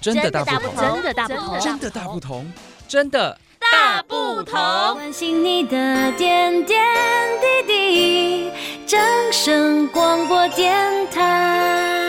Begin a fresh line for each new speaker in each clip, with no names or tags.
真的大不
不
同，
同
真的大不同，
真的大不同，真的
大不同。
关心你的点点滴滴，掌声广播电台。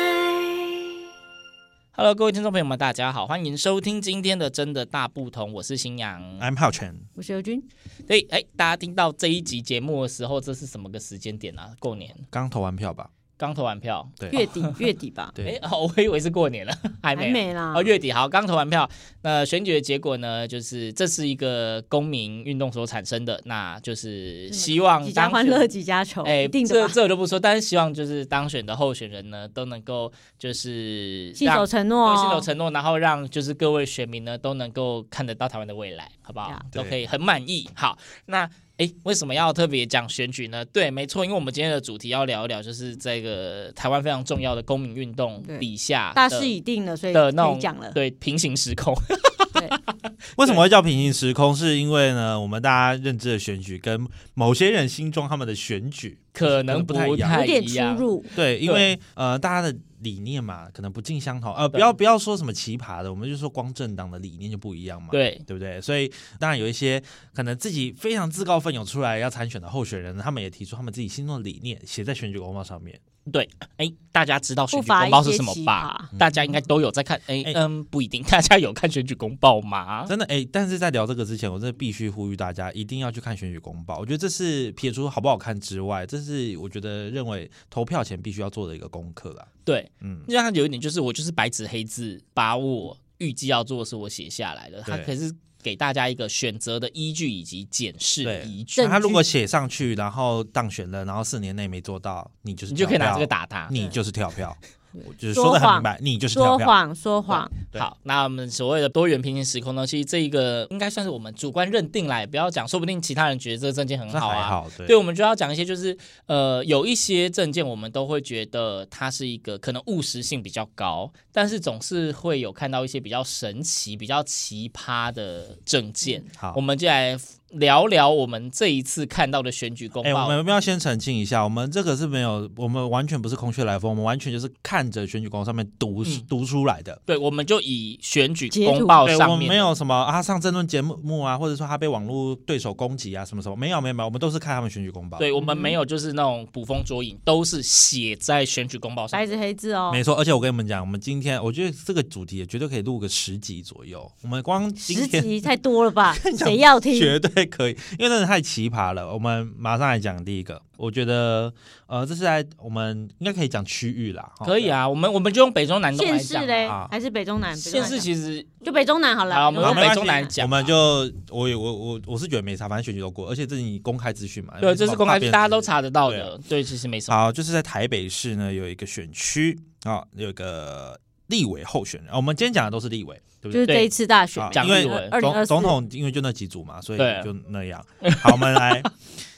Hello，各位听众朋友们，大家好，欢迎收听今天的《真的大不同》，我是新阳。
I'm 浩辰，
我是尤军，
对，哎，大家听到这一集节目的时候，这是什么个时间点啊？过年
刚投完票吧？
刚投完票，
对，
月 底月底吧，
哎
对，，
哦，我以为是过年了， 还没
还没啦
哦，月底好，刚投完票。那选举的结果呢？就是这是一个公民运动所产生的，那就是希望
嗯几家
当
欢
选
乐几家愁，
哎，
一定
这
的吧，
这我就不说，但是希望就是当选的候选人呢，都能够就是
信守
让
承诺
对，
哦，
信守承诺，然后让就是各位选民呢都能够看得到台湾的未来，好不好
Yeah
都可以很满意。好，那诶，为什么要特别讲选举呢？对，没错，因为我们今天的主题要聊一聊，就是这个台湾非常重要的公民运动
对
底下
大
啊的
势已定了，所以
的那
可
种
以讲了，
对平行时空，
对，
为什么会叫平行时空？是因为呢，我们大家认知的选举跟某些人心中他们的选举
可能
不
不
太一样
太
有点
一
出
样。
入，
对，因为呃，大家的理念嘛，可能不尽相同。呃，
对
不要不要说什么奇葩的，我们就说光政党的理念就不一样嘛。。
对，
对不对？所以当然有一些可能自己非常自告奋勇出来要参选的候选人，他们也提出他们自己心中的理念，写在选举公报上面。
哎，大家知道选
不
举
乏
公报
一
是
些
什么
奇
吧？
葩。
大家应该都有在看，哎，
哎
嗯，不一定，大家有看选举公报吗？
真的哎、但是在聊这个之前，我真的必须呼吁大家一定要去看选举公报。我觉得这是撇除好不好看之外，这是我觉得认为投票前必须要做的一个功课啦。
对，
嗯，
让他有一点就是我就是白纸黑字把我预计要做的事我写下来了，他
对
可是给大家一个选择的依据以及检视
对
依
那
据，
他如果写上去，然后当选了，然后四年内没做到，你就是
你就可以拿这个
打，
打他。
你就是跳 票。
对
我就是说的很明白，你就是跳
说
票。
谎，说谎，
对
好，那我们所谓的多元平行时空呢，其实这一个应该算是我们主观认定啦，也不要讲，说不定其他人觉得这个证件很
那
好
还
啊。
好，对
对，我们就要讲一些，就是呃，有一些证件我们都会觉得它是一个可能务实性比较高，但是总是会有看到一些比较神奇、比较奇葩的证件。
好
我。们就来聊聊我们这一次看到的选举公
哎、我
报。
们有没有要先澄清一下？我们这个是没有，我们完全不是空穴来风，我们完全就是看着选举公报上面读、
嗯
读出来的。
对，我们就以选举公报
对，
上
我们
面的
没有什么啊，上争论节目啊，或者说他被网络对手攻击啊，什么什么，没有没有没有，我们都是看他们选举公报。，
对我们没有就是那种捕风捉影，都是写在选举公报上
白。纸黑字哦，
没错。而且我跟你们讲，我们今天我觉得这个主题也绝对可以录个十集左右，我们光今
十
天
集太多了吧？
讲
谁要听？
绝对可以，因为真的太奇葩了。我们马上来讲第一个，我觉得呃，这是在我们应该可以讲区域啦，哈
可以。啊，我们我们就用北中南东来
县市
讲。
嘞
啊，
还是北中南？北中
县
南
市其实
就北中南好了。
好我们
好
用
没关
北
系
中南讲
我
啊
们就我也我我我是觉得没差，反正选举都过，而且这是你公开资讯嘛，
对，这是公开，
怕别人
大家都
知道
查得到的。对，其实没什么。
好，就是在台北市呢有一个选区啊、有一个立委候选人。哦我们今天讲的都是立委，对不
就是
对？
这一次大选
啊
嘛，
讲
因
立
为
委
总
2024
总 统因为就那几组嘛，所以
对
就那样。好，我们来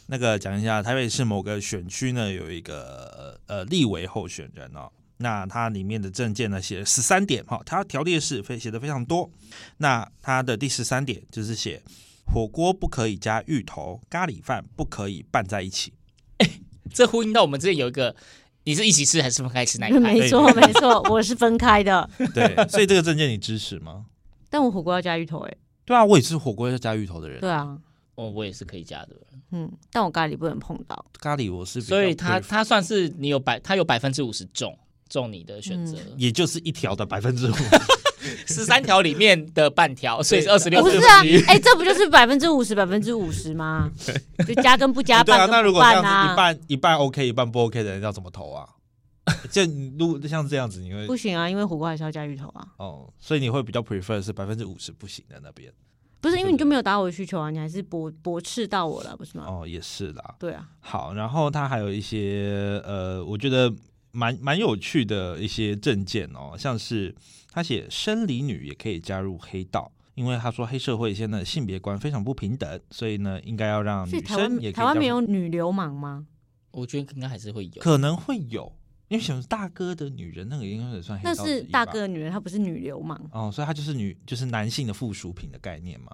那个讲一下台北市某个选区呢有一个呃立委候选人哦。那他里面的证件呢写了十三点哈，他条列式非写的非常多。那他的第十三点就是写火锅不可以加芋头，咖喱饭不可以拌在一起。
这呼应到我们之前有一个，你是一起吃还是分开吃那一派？
没错没错，我是分开的，
对，所以这个证件你支持吗？
但我火锅要加芋头哎。
对啊，我也是火锅要加芋头的人。
对啊，
哦，我也是可以加的。
嗯，但我咖喱不能碰到。
咖喱我是比较
所以他
prefer-
他算是你有百，他有百分之五十中中你的选择，
也就是一条的百分之五。
十三条里面的半条，哦所以是二十六。
不是啊，哎，这不就是百分之五十、百分之五十 吗？就加跟不 加，
对啊，
半
那
跟
如
不
果这样
半
子一
啊，
半一半 OK，一半不 OK 的人要怎么投啊？就你如果像这样子，你会
不行啊，因为火锅还是要加芋头啊。
哦，所以你会比较 prefer 是百分之五十不行的那边
不是因为你就没有达到我的需求啊，你还是驳驳斥到我了，不是吗？
哦，也是啦。
对啊，
好，然后它还有一些呃，我觉得蛮蛮有趣的一些证件哦，像是他写生理女也可以加入黑道。因为他说黑社会现在的性别观非常不平等，所以呢，应该要让
所以
哦女
台
生也可以
湾台湾
加入
没有女流氓吗？
我觉得应该还是会有。
可能会有，因为想大哥的女人那个应该也算黑
那
道之
是
一
大
吧
哥的女人，她啊不是女流氓。
哦， 所以她就是女，就是男性的附属品的概念嘛。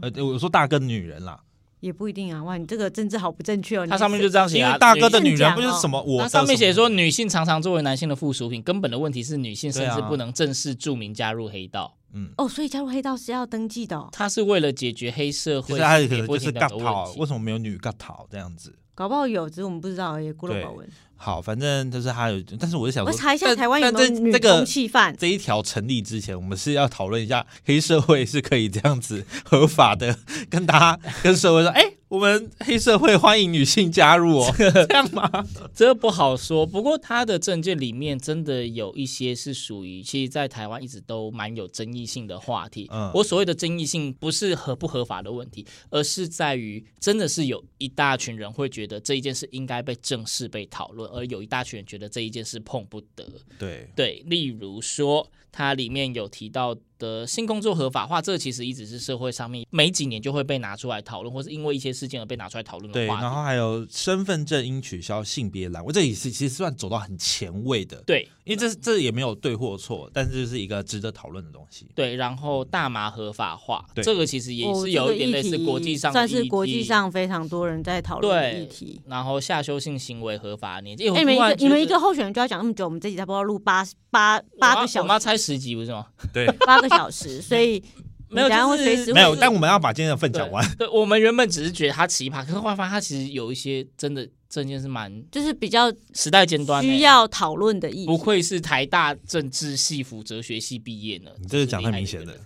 呃，我说大哥女人啦，
也不一定啊。哇，你这个政治好不正确哦。你
它上面就这样写
因
啊，
为大哥的
女
女
人
人
不
不
就是是什
什么我，
它上面写说，女性常常作为男性的附属品，根本的问题是女性
对
甚
啊
至不能正式注明加入黑道。
嗯，
哦，所以加入黑道是要登记的、哦，
它是为了解决黑社
就
会
是他
性
可
别
能
不
就是
平
尬啊
等的
跑，
问
为
题。
什么没有女尬跑这样子？
搞不好有，只是我们不知道而已。孤陋
对
寡闻。
好，反正就是他有，但是我就想
我
说，
查一下
但
台湾有没有
但这
女
这
通
个
缉犯。
这一条成立之前，我们是要讨论一下黑社会是可以这样子 合法的跟大家跟社会说，哎、我们黑社会欢迎女性加入哦， 这样吗？
这不好说，不过它的证件里面真的有一些是属于，其实，在台湾一直都蛮有争议性的话题。
嗯
我所谓的争议性，不是合不合法的问题，而是在于真的是有一大群人会觉得这一件事应该被正式被讨论，而有一大群人觉得这一件事碰不得。
对，
对，例如说它里面有提到的性工作合法化，这其实一直是社会上面每几年就会被拿出来讨论，或是因为一些事件而被拿出来讨论
对，
的话
然
题。
后还有身份证应取消性别栏，我这也是其实算走到很前卫的，
对
因为这这也没有对或错，但是就是一个值得讨论的东西。
对，然后大麻合法化，
对
这个其实也
哦
是
这
有
个
一点
议
类似
题
国际上的
算是
议
国际
题。
上非常多人在讨论的议
对
题。，
然后下修性行为合法年纪，哎、
哎、
我
你们一
突然
个
觉
你们
得
一个候选人就要讲那么久，我们这集差不多要录八八八
我
个
妈
小
我
时
妈猜十集不是吗？
对，
八个小时，所以
没有
然后
就是
随时
没有，
会
但我们要把今天的份
对
讲完。
对，我们原本只是觉得它奇葩，可是后来发现它其实有一些真的证件是蛮
就是比较
时代尖端、欸，
需要讨论的议
不
题。
愧是台大政治系辅哲学系毕业呢，
你这个讲太明显了。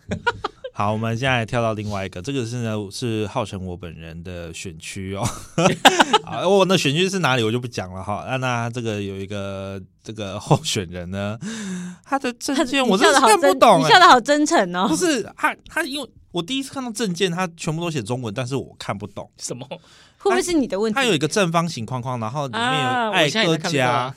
好，我们现在跳到另外一个，这个是呢是浩辰我本人的选区哦。啊，我那选区是哪里我就不讲了哈。那那这个有一个这个候选人呢，他的证件我
你笑
真的
的好
看
真，
不懂、
你
欸
哎
笑的好真诚
啊
哦
不。是他他因为我第一次看到证件，他全部都写中文，但是我看不懂。
什么？
会不会是你的问题
他？有一个正方形框框，然后里面
啊
有
我
爱
现在
歌
也看不到
家
啊、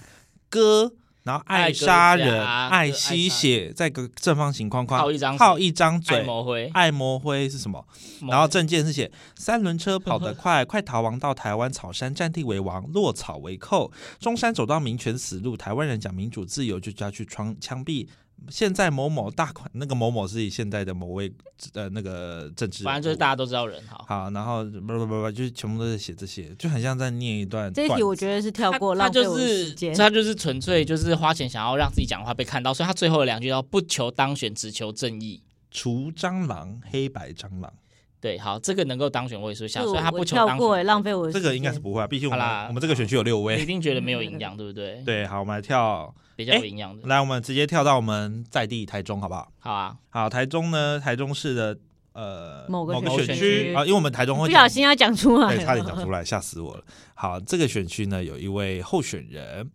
歌，然后
爱
爱
歌
杀
家
人、
歌
爱
爱
吸
杀
血，在个正方形框框
靠一张嘴
靠一张
爱
嘴，
魔灰，
爱魔灰是什么？
魔
然后证件是写三轮车跑 得快，快逃亡到台湾草山占地为王，落草为寇。中山走到民权死路，台湾人讲民主自由就要去枪枪毙。现在某某大款，那个某某是现在的某位呃那个政治人物，
反正就是大家都知道人好。
好，然后呃不不不不，就是全部都在写这些，就很像在念一段
这一
段
题我觉得是跳过，
他
浪费
就
我的时
是
间。
他就是纯粹就是花钱想要让自己讲话被看到，所以他最后的两句叫不求当选，只求正义。
除蟑螂，黑白蟑螂，
对，好，这个能够当选我也说下，
就
所以他
我
不求
跳
当
过，
选，
哎浪费我的时
这
间。
个应该是不会、啊，毕竟我
好啦
们我们这个选区有六
你一
位。
定觉得
嗯
没有营养，对不对？
对，好，我们来跳，
比
哎
较有营养的，
来，我们直接跳到我们在地台中，好不好？
好啊，
好，台中呢，台中市的呃
某个
个
选
选
区
啊，因为我们台中会
不
讲
小心要讲出 来
对，差
了。
点讲出来，吓死我了。好，这个选区呢，有一位候选人，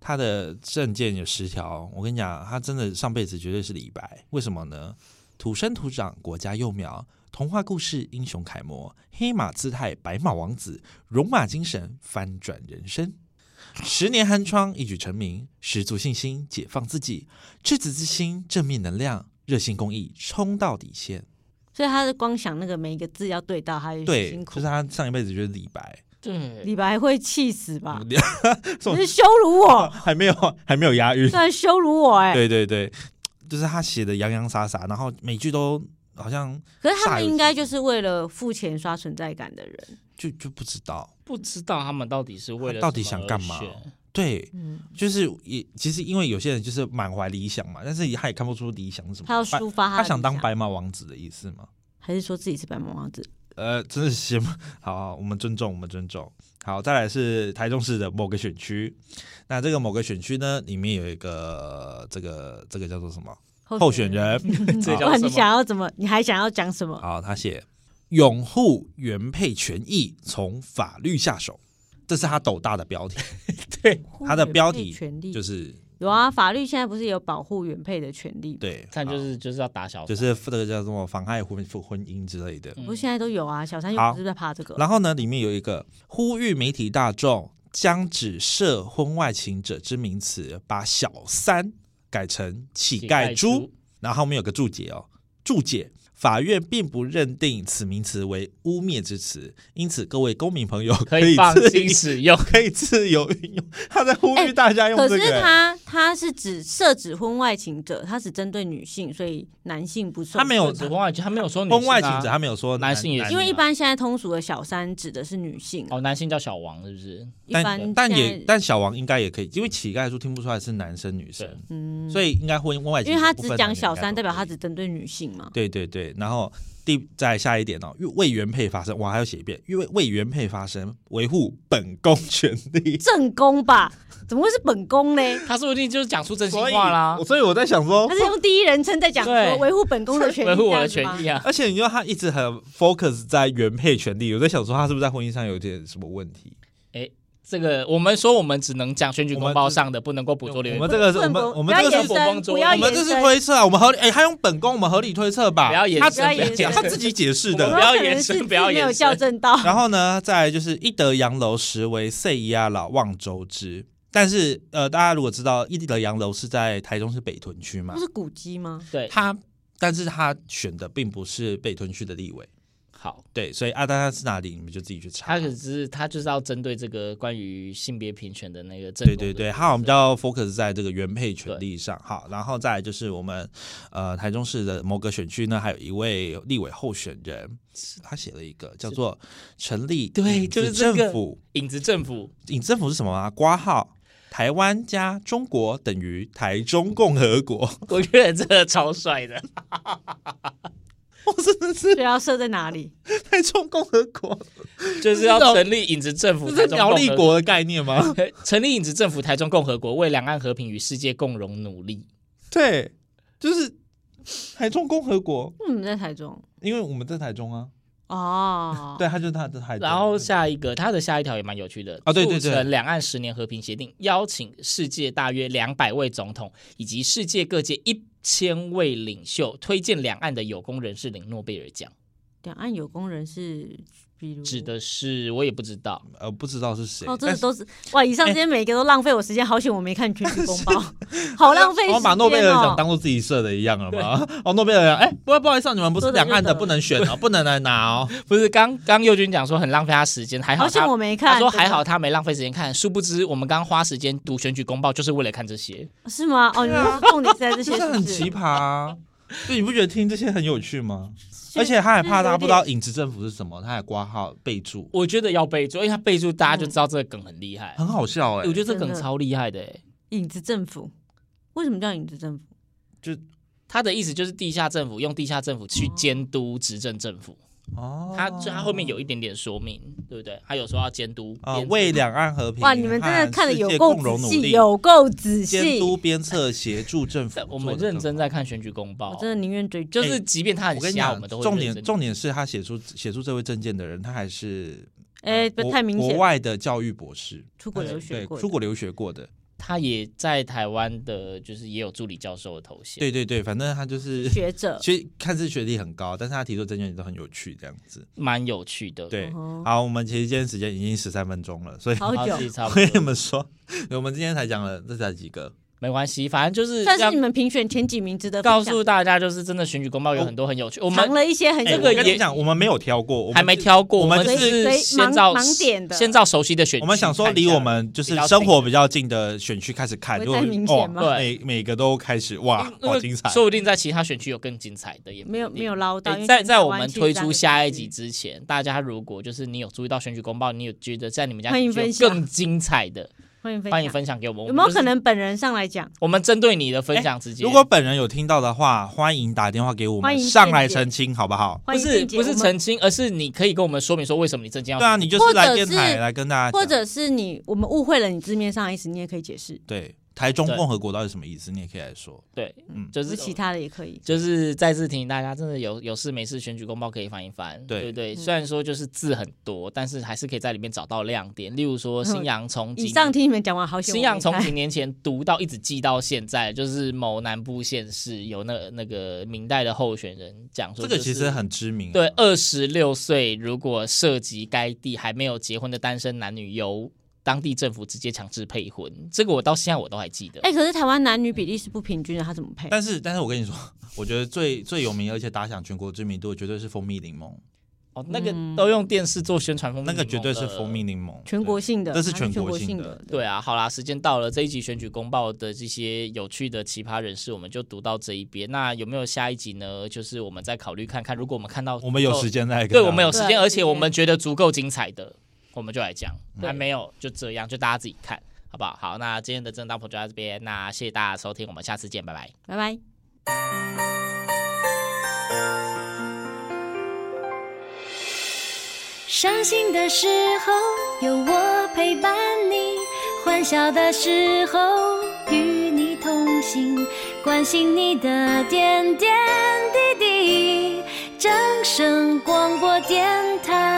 他的证件有十条。我跟你讲，他真的上辈子绝对是李白，为什么呢？土生土长，国家幼苗，童话故事英雄楷模，黑马姿态，白马王子，戎马精神，翻转人生。十年寒窗一举成名，十足信心解放自己，赤子之心，正面能量，热心公益，冲到底线。
所以他是光想那个每一个字要对到，他就
对，
辛
就
苦
是。他上一辈子就是李 白，
对，
李白会气死吧？
这种
你是羞辱我，
还没有还没有押韵
居。然羞辱我哎！
对对对，就是他写的洋洋洒洒，然后每句都好像
可是他
煞
们
有
应该就是为了付钱刷存在感的人。
就就不知道。
不知道他们到底是为了
他到底
什么
想干嘛哦
而选
对，
嗯，
就是也其实因为有些人就是满怀理想嘛，但是他也看不出理想是什么。
他要
白
抒发
他
的
想
理
当白马王子的意思吗？
还是说自己是白马王子？
呃，真的行吗？ 好好，我们尊重，我们尊重。好，再来是台中市的某个选区，那这个某个选区呢，里面有一个这个这个叫做什么候选人？
这
好
叫
哇，
什
你
么
嗯想要怎么？你还想要讲什么？
好，他写拥护原配权益，从法律下手，这是他斗大的标题，他的标题
原配权
嗯
利
就是
有啊，法律现在不是有保护原配的权利？，
对，
但就
好
是就是要打
哦
小
就
三
是这个叫什么妨碍婚婚姻之类的。
嗯
不是现在都有啊。小三又
好
不是在怕这个，
然后呢，里面有一个呼吁媒体大众将指涉婚外情者之名词，把小三改成乞丐猪。，然后后面有个注解哦，注解。法院并不认定此名词为污蔑之词，因此各位公民朋友
可
可
以
以
放
自
心
由
使用。
可以自由运用。他在呼吁
哎
大家用
可
这
是
个、
他他是指涉指婚外情者，他只针对女性，所以男性不受。
他没有
只婚外情，他没有说女性啊
婚外情者，他没有说
男性也是啊
啊
因为一般现在通俗的小三指的是女性啊，
哦，男性叫小王是不是？
一般
但但
现
也
在
但小王应该也可以，因为乞丐书听不出来是男生女生，
嗯，
所以应该婚婚外情
因
者
为
不分男女应该都可
他
以。
只讲小三，代表他只针对女性嘛。
对对对，然后第再下一点哦，为原配发声，我还要写一遍，因为为原配发声，维护本宫权利。
正宫吧？怎么会是本宫呢？
他说不定就是讲出真心话啦，
所以我在想说
他，是用第一人称在讲
对
说维护本宫的权益，
维护我
这
的权
样子吗
益啊。
而且你知道他一直很 focus 在原配权利，我在想说他是不是在婚姻上有点什么问题？
这个我们说我们只能讲选举公报上的，不能够捕捉留
我
言
们
板。
啊这个是
不
我
能
们
不
我们这
不
个
要
是
延
我们
伸，
做
不要
我
延
们这是
伸，
推测啊，我们合理哎，他用本宫，我们合理推测吧，
不要延
他
伸
不要延
他
伸
自己解释
我
的
们。不要延伸
我们
不要
可能是字没有
延伸
校正到。
然后呢，再来就是一德洋楼，实为塞伊亚老望周之。但是呃，大家如果知道一德洋楼是在台中市北屯区嘛
不，是古迹吗？
对，
他但是他选的并不是北屯区的立委，
好，
对，所以阿丹他是哪里，你们就自己去查
他。可是他就是要针对这个关于性别平权的那个政
对
府
对
的
对，他我们比较 focus 在这个原配权利上，好，然后再来就是我们呃台中市的某个选区呢，还有一位立委候选人，他写了一个叫做成立
对
影
就
子
是这
政
个
府，
影子政府，
影子政府是什么啊？挂号台湾加中国等于台中共和国，
我觉得这个超帅的。
我真的 是
对啊，设在哪里？
台中共和 国，
就是要成立影子政府，
这
台
是
中
苗栗
共和
国的概念吗？
国， 成立影子政府，台中共和国为两岸和平与世界共荣努力。
对，就是台中共和国，
为什么在台中？
因为我们在台中啊，
哦，
对，啊他就是他的台中。
然后下一个，它的下一条也蛮有趣的
啊对对对
促成两岸十年和平协定，邀请世界大约两百位总统以及世界各界一千位领袖，推荐两岸的有功人士领诺贝尔奖，
两岸啊有功人士，比如
指的是我也不知道，
呃不知道是谁，
哦，这
但是
个
哎
都是哇！以上这些每一个都浪费我时间，好险我没看《全 职公报》， 好浪费时
我
间
们把啊诺贝尔奖
哦。
当做自己设的一样了嘛？哦，诺贝尔奖，哎，不不好意思啊，你们不是
说得
两岸的，
就得
不能选哦，不能来拿 哦。
不是刚刚佑君讲说很浪费他时间，还好
好险
他
我没看，
他说
真的
还好他没浪费时间看，殊不知我们刚花时间读选举公报就是为了看这些，
是吗？哦，你们重点是在这些
这
是不
很
是
奇葩、啊。 对，你不觉得听这些很有趣吗？
是
而且他还怕
是有
他
点
不知道影子政府是什么，他还挂号备注，
我觉得要备注，因为他备注大家就知道这个梗很厉害，
很好笑哎、
我觉得这
嗯
梗
真的
超厉害的、欸。
影子政府，为什么叫影子政府？
他的意思就是地下政府用地下政府去监督执政政府，
哦，
他所以他后面有一点点说明，对不对？他有说要监督
啊、
编制
为两岸和平
哇，你们真的
和
看的
世界
有够
共荣
仔
努
细，
力
有够仔
监
细，
督鞭策协助 政府
但，我们
做得
认
更
真
好。
在看选举公报
我，真的宁愿追
就
就是
即便他很
哎我跟你
瞎，我
讲
们都，会
重
认
点
真
重点是他写出写出这位证件的人，他还是
哎，
呃
不
国
太明
国
显，
外的教育博士，
出国留学
对，
过的，
出国留学过的，
他也在台湾的，就是也有助理教授的头衔。
对对对，反正他就是
学者，
其实看似学历很高，但是他提出证件也都很有趣，这样子。
蛮有趣的。，
对，
嗯哼
好，我们其实今天时间已经十三分钟了，所以
好
好，
久
其实差
我
不
跟你
多，
们说，我们今天才讲了这才几个，
没关系，反正就是
算是
要
你们评选前几名，值得分
告
享
诉大家，就是真的选举公
哦
报有很多很有趣，我们
藏了一些很
哎
有
这个
我跟
也
你讲，我们没有挑过，我们
还没。挑过，
我
我
们
们
就是
随
先照
盲盲点的
先照熟悉的选区
我
看
们
一下而
想
已，
说，离我们就是生活比较近的选区开始看，
比
就
较近不会太明
哦
显吗，
每每个都开始哇，
因
好
为
精彩！
说不定在其他选区有更精彩的，也不
没有
一定
没有捞到
对。
因为
在
全
在
台
我
湾
们
其实
推
这样
出
的嗯
下一
东西
集之前，大家如果就是你有注意到选举公报，你有觉得在你们家
欢迎
选区
分
有
享
更精彩的，
欢迎分
欢迎
享。
分享给我们。
有没有
我们就是
可能本人上来讲？
我们针对你的分享直接？
如果本人有听到的话，欢迎打电话给我
欢
们
迎
上来
辩解
澄清，好不好？
欢
不
迎
是
并且
不是
我们
澄清，而是你可以跟我们说明说为什么你证件要
对啊，
提
你就是来
或者
电台
是
来跟大家讲，
或者是你我们误会了你字面上的意思，你也可以解释，
对台中
对
共和国到底什么意思，你也可以来说。
对，
嗯
就
或
是
是其他的也可以。
就是再次提醒大家，真的有有事没事选举公报可以翻一翻，
对
对不对？虽然说就是字很多，但是还是可以在里面找到亮点，例如说新阳憧憬。
嗯以上听你们讲完，好险
新
我
阳
没
从
看
几年前读到一直记到现在，就是某南部县市有那个那个明代的候选人讲说、
这
就是，
个其实很知名啊，
对，二十六岁如果涉及该地还没有结婚的单身男女，由当地政府直接强制配婚，这个我到现在我都还记得。
哎哎、可是台湾男女比例是不平均的，他怎么配？
但是，但是我跟你说，我觉得最最有名而且打响全国知名度，绝对是蜂蜜柠檬，
哦，那个
嗯
都用电视做宣传蜂蜜
那
柠檬
个
的，
绝对是蜂蜜柠檬，
全国性的，
这是
它是
全
全
国性
性
的
的，
对啊，好啦，时间到了，这一集选举公报的这些有趣的奇葩人士，我们就读到这一边。那有没有下一集呢？就是我们再考虑看看，如果我们看到
对我们有
足够
时，间再跟
对
大家
我们有时
对
间，
啊
而
时
且
间
我们觉得足够精彩的，我们就来讲。
对
还没有，就这样，就大家自己看，好不好？好，那今天的正当朋友就到这边，那谢谢大家收听，我们下次见，拜拜。
拜拜。
伤心的时候有我陪伴你，欢笑的时候与你同行，关心你的点点滴滴。掌声广播电台。